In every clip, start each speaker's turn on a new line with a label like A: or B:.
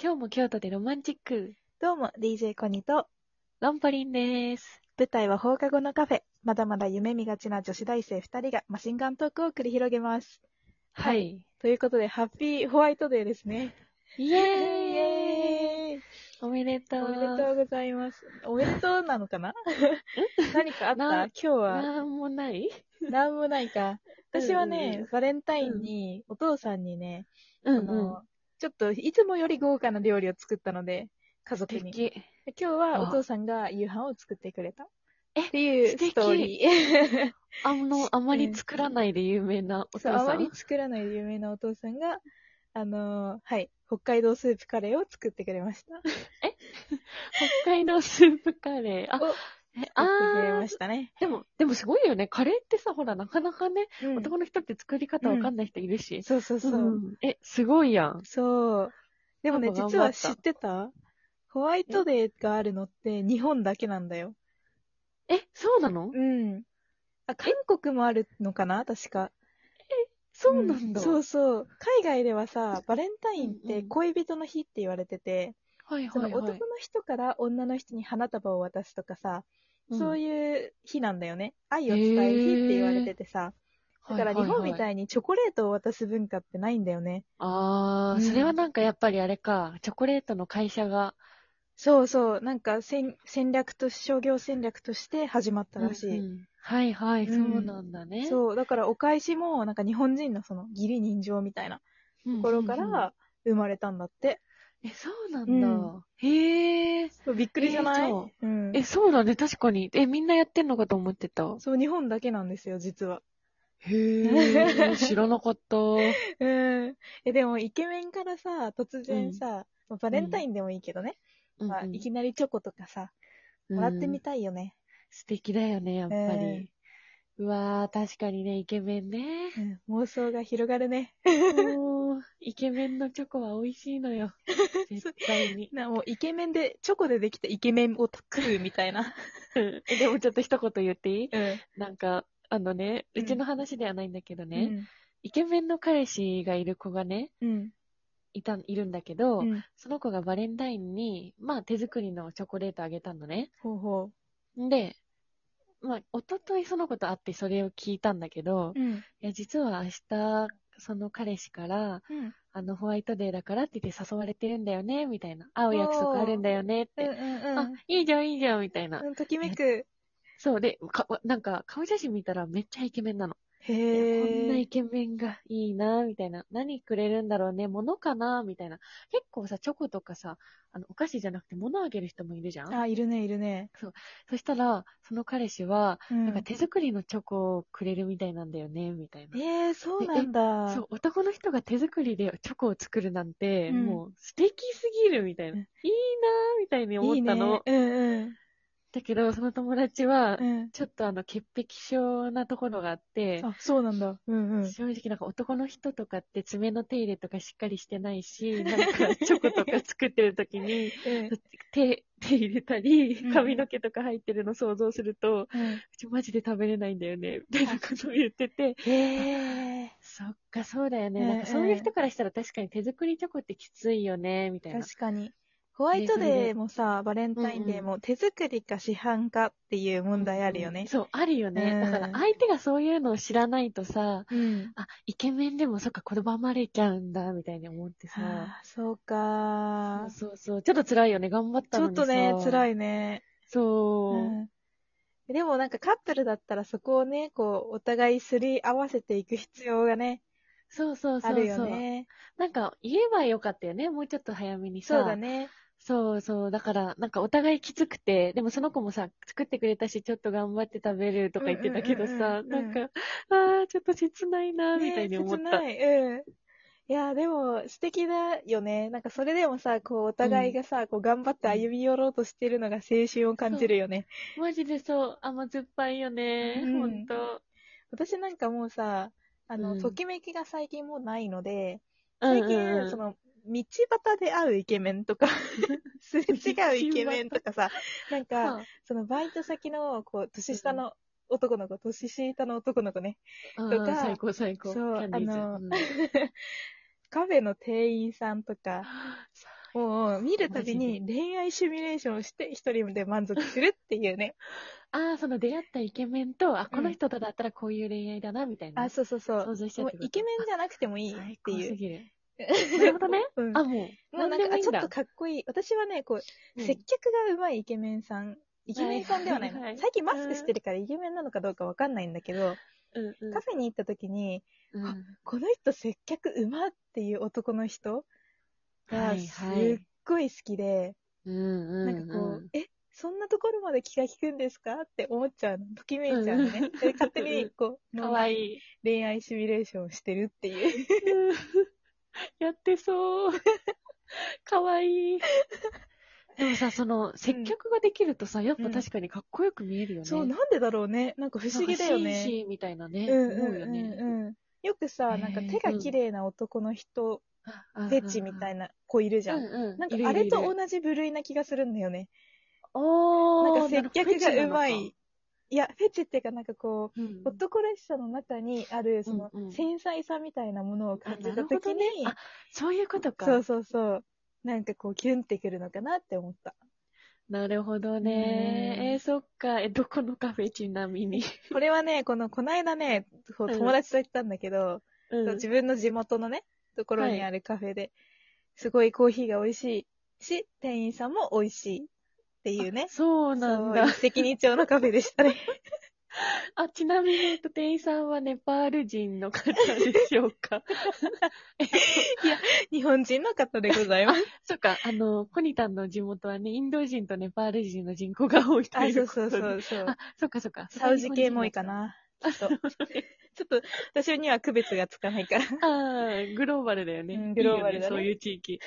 A: 今日も京都でロマンチック。
B: どうも、DJ コニと、
A: ロンポリンです。
B: 舞台は放課後のカフェ。まだまだ夢見がちな女子大生2人がマシンガントークを繰り広げます。
A: は。
B: はいということで、ハッピーホワイトデーですね。
A: イ
B: イ
A: エーイ
B: エーイ
A: おめでとう。
B: おめでとうございます。おめでとうなのかな何かあった
A: な
B: 今日は、
A: なんもない
B: なんもないか。私は
A: うんうんう
B: ね
A: ん、
B: バレンタインに、お父さんにね、
A: う
B: あのちょっといつもより豪華な料理を作ったので、家族に。
A: 敵。
B: で今日はお
A: あ
B: 父さんが夕飯を作ってくれた。
A: え
B: っていう
A: 素敵
B: ストーリー。
A: あの、あまり作らないで有名なお父
B: そう、
A: さん。
B: あまり作らないで有名なお父さんが、あのーはい、北海道スープカレーを作ってくれました。
A: 北海道スープカレ ー。あ
B: を、
A: えあ
B: 作ってくれま
A: ー
B: したね。
A: でも、でもすごいよね。カレーってさ、ほら、なかなかね、
B: うん
A: 男の人って作り方わかんない人いるし。
B: そうそうそう。
A: んえ、すごいやん。
B: そう。でもね、
A: パパ頑張った
B: 実は知ってたホワイトデーがあるのって日本だけなんだよ。
A: え、そうなの
B: うん。あ、韓国もあるのかな確か。
A: そうなんだ。
B: うそうそう。海外ではさ、バレンタインっ
A: うんう
B: て
A: ん
B: 恋人の日って言われてて、
A: はい
B: その
A: はいは
B: 男の
A: い。
B: 人から女の人に花束を渡すとかさ、そう
A: い
B: いう日なんだよね。愛を伝える日って言われててさ、
A: うん、
B: だから日本み
A: い。
B: たいにチョコレートを渡す文化ってないんだよね。
A: ああ、
B: うん
A: それはなんかやっぱりあれか、チョコレートの会社が。
B: そうそう、なんか戦戦略と、商業戦略として始まったらしい。
A: うんうんはいはい、
B: う
A: そ
B: ん
A: うなんだね。
B: そう、だからお返しも、なんか日本人のその義理人情みたいな
A: うんうんう
B: と
A: ん
B: ころから生まれたんだって。
A: え、そうなんだ。
B: うん
A: へえ。
B: びっくりじゃな
A: え
B: い、
A: ーそう
B: うん。
A: え、そうだね、確かに。え、みんなやってんのかと思ってた。
B: そう、日本だけなんですよ、実は。
A: へえ、知らなかった。
B: うん。え、でもイケメンからさ、突然さ、まあバレンタインでもいいけどね、まあ、いきなりチョコとかさ、もらってみ
A: た。
B: たいよね。
A: 素敵だよね、やっぱり。
B: え
A: うわー、確かにね、イケメンね。
B: うん妄想が広がるね。
A: もう、イケメンのチョコは美味しいの よ。絶対に。
B: なもうイケメンで、チョコでできたイケメンを食うみたいな。
A: うん えでもちょっと一言言っていい
B: うん。
A: なんか、あのね、
B: う
A: うんちの話ではないんだけどね、イケメンの彼氏がいる子がね、
B: うん。
A: いた、いるんだけど、
B: うん。
A: その子がバレンタインに、まあ手作りのチョコレートあげたのね。
B: ほうほ
A: んで、まあ、おとといその子と会ってそれを聞いたんだけど、
B: う。うん。
A: いや、実は明日、その彼氏から、
B: うん。
A: あの、ホワイトデーだからって言って誘われてるんだよね、みたいな。会う約束あるんだよねっ
B: うん
A: て。
B: うん
A: あ、いいじゃん、いいじゃん、みたいな
B: う。ん。ときめく。
A: そうで、かなんか、顔写真見たらめっちゃイケメンなの。いやこんな
B: へ
A: イ
B: え。
A: ケメンがいいな、みたいな。何くれるんだろうね、物かな、みたいな。結構さ、チョコとかさ、あの、お菓子じゃなくて物あげる人もいるじゃん
B: あ、いるね、いるね。
A: そしたら、その彼氏は、
B: うん
A: なんか手作りのチョコをくれるみたいなんだよね、みたいな。
B: えー、そうなんだ。
A: そう、男の人が手作りでチョコを作るなんて、
B: うん
A: もう素敵すぎるみたいな。
B: うん
A: いいなーみたいに思
B: いい
A: った
B: ね。
A: の。
B: うんうん。
A: だけど、その友達は、
B: うん。
A: ちょっとあの、潔癖症なところがあって、
B: あ、そうなんだ。うんうん。
A: 正直なんか男の人とかって爪の手入れとかしっかりしてない し、なんかチョコとか作ってる時に、
B: うん
A: 手、手入れたり
B: うん、
A: 髪の毛とか入ってるの想像すると、
B: うん
A: うちマジで食べれないんだよね、みたいなことを言ってて、
B: へえ。
A: そっか、そうだよ
B: うん
A: ね。なんかそういう人からしたら確かに手作りチョコってきついよね、みたいな。
B: 確かに。ホワイトデーもさ、バレンタインデーも手作りか市販かっていう問題あるよね。
A: そう、あるよね。
B: うん
A: だから相手がそういうのを知らないとさ、
B: うん。
A: あ、イケメンでもそっか、拒まれちゃうんだ、みたいに思ってさ。
B: あーそうかー。
A: そうそう。ちょっと辛いよね。頑張った
B: ち
A: の
B: ょ
A: に
B: っ
A: さ。
B: とね、辛
A: い。
B: いね。
A: そう。
B: うんでもなんかカップルだったらそこをね、こう、お互いすり合わせていく必要がね、
A: そうそうそうそう。
B: あるよね。
A: なんか、言えばよかったよね。もうちょっと早めにさ。
B: そうだね。
A: そうそう。だから、なんかお互いきつくて、でもその子もさ、作ってくれたし、ちょっと頑張って食べるとか言ってたけど
B: うんうんうん
A: さ、
B: うん
A: なんか、ああ、ちょっと切ないな、みたいに思っ
B: ね
A: た。
B: 切ない。うん。いやー、でも素敵だよね。なんかそれでもさ、こう、お互いがさ、こう、頑張って歩み寄ろうとしてるのが青春を感じるよね。
A: マジでそう、甘酸っぱいよね。
B: うん
A: ほんと。
B: 私なんかもうさ、あの、
A: うん
B: ときめきが最近もうないので、
A: うん
B: 最
A: うんうん
B: 近、その、道端で会うイケメン とか、すれ違うイケメンとかさ、なんか、
A: は
B: そのバイト先の、こう、年下の男の子、年下の男の子ね、
A: あうん
B: とか
A: 最高最高。
B: そう
A: キャン ディーズ
B: あの
A: うん
B: カフェの店員さんとか、もう見るたびに恋愛シミュレーションをして一人で満足するっていうね。
A: ああ、その出会ったイケメンと、あ、この人とだったらこういう恋愛だな、みたいな。
B: あ、そうそうそう。
A: 想像しちゃ
B: も
A: っ
B: う
A: てこと
B: イケメンじゃなくてもいいっ
A: あ最
B: て
A: 高
B: い
A: す
B: う。
A: ぎる。そういうことね。
B: うん。
A: あ、もう、
B: もうなん
A: で
B: か、 あ
A: いい
B: ちょっ
A: だ
B: とかっこいい。私はね、こう、
A: うん
B: 接客がうまいイケメンさん。イケメンさんではないの。
A: はいはい
B: 最近マスクしてるからイケメンなのかどうかわかんないんだけど、
A: うんうん
B: カフェに行った時に、
A: うん
B: あこの人接客うまっていう男の人
A: は
B: が
A: い
B: す
A: はい
B: っごい好きで、
A: うんうん
B: なんかこう、え、そんなところまで気が利くんですかって思っちゃうの。ときめいちゃうの
A: うんう
B: ね
A: ん。
B: で勝手に、こう、
A: かわい
B: い
A: い。
B: 恋愛シミュレーションをしてるっていう。
A: やって そう。かわいい。でもさ、その、接客ができるとさ、やっぱ確かにかっこよく見えるよね。
B: そう、なんでだろうね。なんか不思議だよね。
A: 紳士みたいなね、
B: うん
A: 思う
B: う
A: よ
B: ん
A: ね。
B: うんうん。よくさ、なんか手が綺麗な男の人、フェチみた
A: い
B: いな子いるじゃ
A: うん
B: ん。
A: うん。
B: なんか
A: いるいる
B: あれと
A: いる
B: 同じ部類な気がするんだよね。な
A: おー
B: んか接客がうま。い。いや、フェチっていうかなんかこ
A: フェチなの
B: う、
A: か
B: 男らしさの中にある、その
A: うんうん、
B: 繊細さみたいなものを感
A: あ
B: じた
A: なるほ
B: と
A: ど
B: き
A: ね
B: に、
A: あそういうことか。
B: そうそうそう。なんかこう、キュンってくるのかなって思った。
A: なるほど
B: うん
A: ね。えー、そっか。え、どこのカフェちなみに。
B: これはね、この、こないだね、こう
A: うん
B: 友達と行ったんだけど、そう自分の地元のね、ところにあるカフェで、すごいコーヒーが美味しいし、店員さんも美味しいっていうね。
A: そうなん
B: そう
A: だ。
B: 一石二鳥のカフェで したね。
A: あ、ちなみに、えっと店員さんはネパール人の方でしょう か。
B: 日本人の方でございます。
A: そっか、あの、コニタンの地元はね、インド人とネパール人の人口が多いと
B: あ、
A: い
B: そうう
A: こ
B: そ
A: と
B: う
A: で。
B: そうそう
A: あ。、そっかそっか。
B: サウジ系も多いか
A: な。
B: な。きっと。ちょっと、私には区別がつかないから。
A: ああ、グローバルだよね。
B: うんグローバルだね
A: いいよそういう地 域。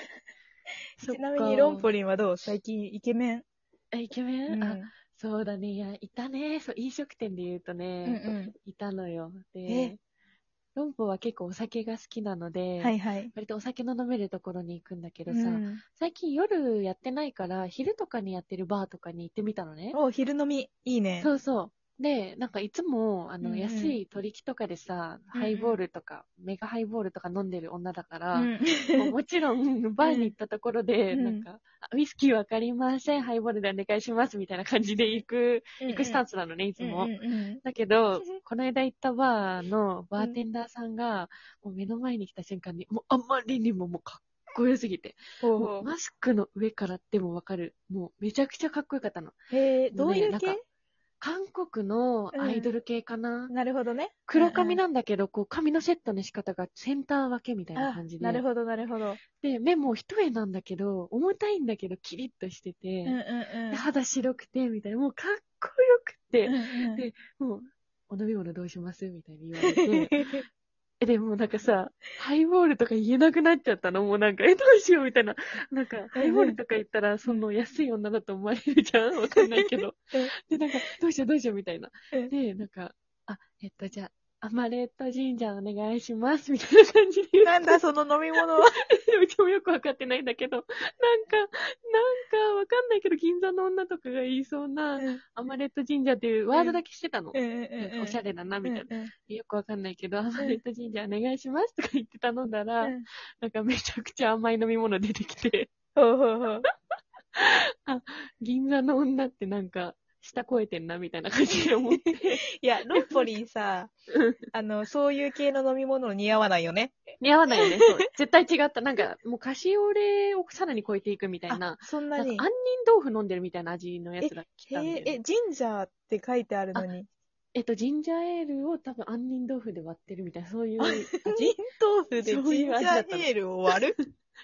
B: ちなみに、ロンポ
A: リ。
B: リンはどう最近イケメン。
A: え、イケメン、
B: うん
A: あ、そうだね。いや、いたね。そう、飲食店で言うとね、
B: うんうん
A: いたのよ。で
B: え、
A: ロンポは結構お酒が好きなので、
B: はいはい。
A: 割とお酒の飲めるところに行くんだけど
B: う
A: さ、
B: ん、
A: 最近夜やってないから、昼とかにやってるバーとかに行ってみたのね。
B: お昼飲み、いいね。
A: そうそう。で、なんかいつも、あの、
B: うんうん
A: 安い取引とかでさ、
B: うんうん
A: ハイボールとか、メガハイボールとか飲んでる女だから、
B: うん
A: もうもちろん、バーに行ったところで、
B: うん
A: なんか、あウイスキーわかりません、ハイボールでお願いします、みたいな感じで行く、行くスタンスなのね、いつも。
B: うんうんうん
A: だけど、この間行ったバーのバーテンダーさんが、もう目の前に来た瞬間に、もうあまりにももうかっこよすぎて、
B: ほう
A: も
B: ほ
A: うマスクの上からでもわかる、もうめちゃくちゃかっこよかったの。
B: う。へえ、どうい
A: な
B: うん
A: か
B: 系
A: 韓国のアイドル系かな、
B: なるほどね。
A: 黒髪
B: の
A: なんだけど、こう髪のセットの仕方がセンター分けみたいな感じで。
B: なるほど、なるほど。
A: で、目も一重なんだけど、重たいんだけどキリッとして
B: う
A: て、
B: んうん
A: で肌白くて、みたいな、もうかっこよくて、
B: うん。
A: でもう、お飲み物どうしますみたいに言われて、え、でもなんかさ、ハイボールとか言えなくなっちゃったのもうなんか、え、どうしようみたいな。なんか、ハイボールとか言ったら、その安い女だと思われるじゃんわかんない けど
B: うん。
A: で、なんか、どうしようどうしようみたいな
B: うん。
A: で、なんか、あ、えっと、じゃあ、アマレットジンジャーお願いしますみたいな感じで言って
B: なんだ、その飲み物は。
A: うちもよくわかってないんだけど、なんか、なんかわかんないけど、銀座の女とかが言いそうな、アマレット神社っていうワードだけしてたの。なんかおしゃ
B: れ
A: れだな、み
B: み
A: たいな。よくわかんないけど、アマレット神社お願いしますとか言って頼んだら、
B: うん
A: なんかめちゃくちゃ甘い飲み物出てき て、
B: ほうほうほう。
A: 銀座の女ってなんか、舌超えてんな、みたいな感じで思って。
B: いや、ロンポリンさ、あの、そういう系の飲み物似合わないよね。
A: 似合わないよね、そう。絶対違った。なんか、もうカシオレをさらに超えていくみたいな
B: あ。、そん
A: な
B: なん
A: か
B: に
A: 杏。仁豆腐飲んでるみたいな味のやつが来
B: へ
A: たんだよ
B: え
A: ね、
B: え、ジンジャーって書いてあるのに。
A: えっと、ジンジャーエールを多分杏仁豆腐で割ってるみたいな、そう いう
B: ジン
A: 味
B: 豆腐でジン
A: そう
B: ジ
A: いう味だ
B: ャ
A: っ
B: ー
A: たの
B: エールを割 る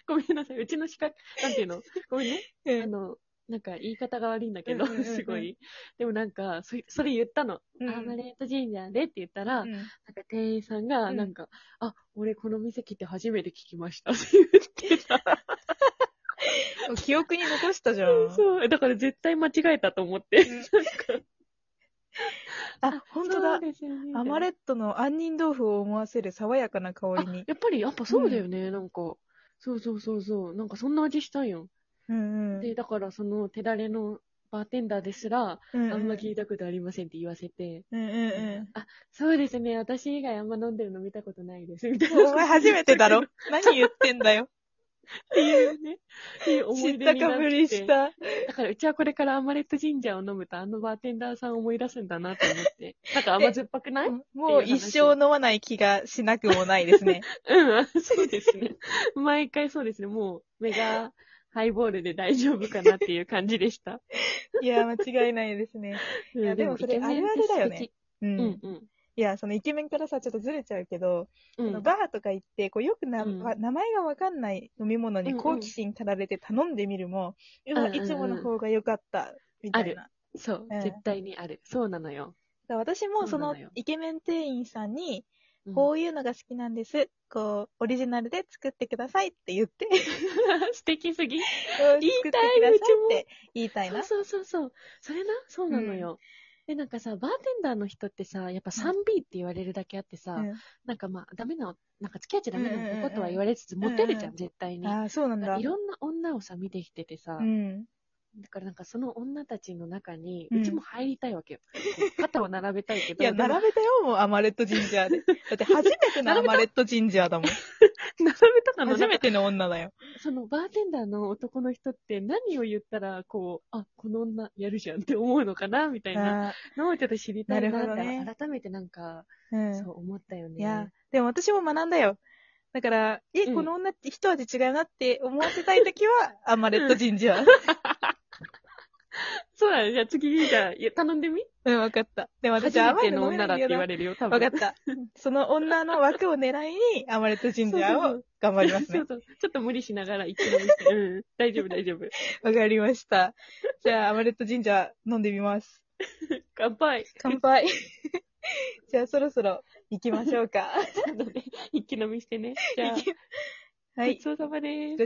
A: ごめんなさい。うちの資格、なんていう のごめんね。
B: う
A: あ
B: ん
A: の、なんか言い方が悪いんだけど、
B: うんうんうんうん
A: すごい。でもなんか、そそれ言ったの。
B: うん
A: アーマレートジンジャーでって言ったら、
B: う
A: なん
B: ん
A: か店員さんが、
B: うん
A: なんか、あ、俺この店来て初めて聞きましたって言ってた。
B: 記憶に残したじゃ ん。
A: そう。だから絶対間違えたと思って。
B: うん
A: なんか
B: あ、本当
A: そ
B: だ
A: う。ですよね
B: アマレットの杏仁豆腐を思わせる爽やかな香
A: あ
B: りに。
A: やっぱり、やっぱそうだよね、なんか。そうそうそうそう。なんかそんな味したんよ。
B: うんうん。
A: で、だからその手だれのバーテンダーですら、
B: うんうん
A: あんま聞いたことありませんって言わせて、
B: うんうんう
A: あ、そうですね、私以外あんま飲んでるの見たことないです、みたい
B: ん。
A: な。
B: お前初めてだろ何言ってんだよ。
A: っていうね、いい思
B: 知っ
A: い出
B: た
A: になっ
B: か
A: て。
B: ぶりした。
A: だからうちはこれからアマレットジンジャーを飲むとあのバーテンダーさんを思い出すんだなと思って。なんか甘酸っぱくない
B: もう一生飲まない気がしなくもないです ね。
A: うん、そうですね。毎回そうですね。もう、メガハイボールで大丈夫かなっていう感じでした。
B: いや、間違いないですね。
A: うん
B: やでもそれ
A: イケメン
B: あるあるだよ
A: 接
B: ねうん。
A: し的。うん
B: いや、そのイケメンからさ、ちょっとずれちゃうけど、
A: うん。
B: あ
A: う
B: の
A: ん。
B: バーとか行って、こうよくな、
A: うん
B: わ名前がわかんない飲み物
A: う
B: に
A: んうん
B: 好奇心かられて頼んでみるも、う
A: うんう
B: わ、
A: んうん
B: いつもの方が良かった、みたいな。
A: そう、
B: うん
A: 絶対にある。そうなのよ。
B: だから私も
A: そ
B: そう
A: な
B: の
A: のよ
B: イケメン店員さんに、
A: うん
B: こういうのが好きなんです。こう、オリジナルで作ってくださいって言って、
A: 素敵すぎ。
B: 作ってくださいって言いたい
A: そ
B: な
A: う。そうそうそう。それな、そうなのよ。で、なんかさ、バーテンダーの人ってさ、やっぱ 3B って言われるだけあってさ、なんかまあ、ダメな、なんか付き合っちゃダメな男とは言われつつ、
B: んうんうん
A: モテるじゃ
B: うんうん
A: ん、絶対
B: う
A: に。
B: んああ、そうなんだ。
A: いろんな女をさ、見てきててさ、
B: うん。
A: だからなんかその女たちの中に、
B: うん
A: うちも入りたいわけ よ。肩を並べたいけど、
B: いや、
A: でも
B: 並べたよ、もうアマレットジンジ ャーで。だって初めてのアマレットジンジャーだもん。
A: 並べたの
B: 初め
A: て。
B: ての女だよ。
A: そのバーテンダーの男の人って何を言ったら、こう、あ、この女やるじゃんって思うのかな、みたいな
B: あ
A: のをちょっと知りたいな
B: な
A: っ
B: る
A: て、
B: ほどね
A: 改めてなんか、
B: ーうん。
A: そう思ったよね。
B: いや、でも私も学んだよ。だから、え、
A: うん
B: この女って一味違うなって思わせたいと きは、アマレットジンジャー。
A: そうだね。じゃあ次、じゃあ、いや頼んでみ
B: うん、わかった。でも私、
A: 初
B: 甘
A: めて
B: いの
A: の
B: 飲めな
A: 女
B: い
A: だって言わ
B: れ
A: れるよ、多
B: わ
A: 分。
B: かった。その女の枠を狙いに、アマレットジンジャーを頑張りま す
A: そ
B: ね
A: う。そう。ちょっと無理しながら一気飲みして。うん。大丈夫、大丈夫。
B: わかりました。じゃあ、アマレットジンジャー飲んでみます。
A: 乾 杯。
B: 乾杯。 じゃあ、そろそろ行きましょうか。
A: なので、一気飲みしてね。じゃあ、
B: はい
A: ごち。そうさまです。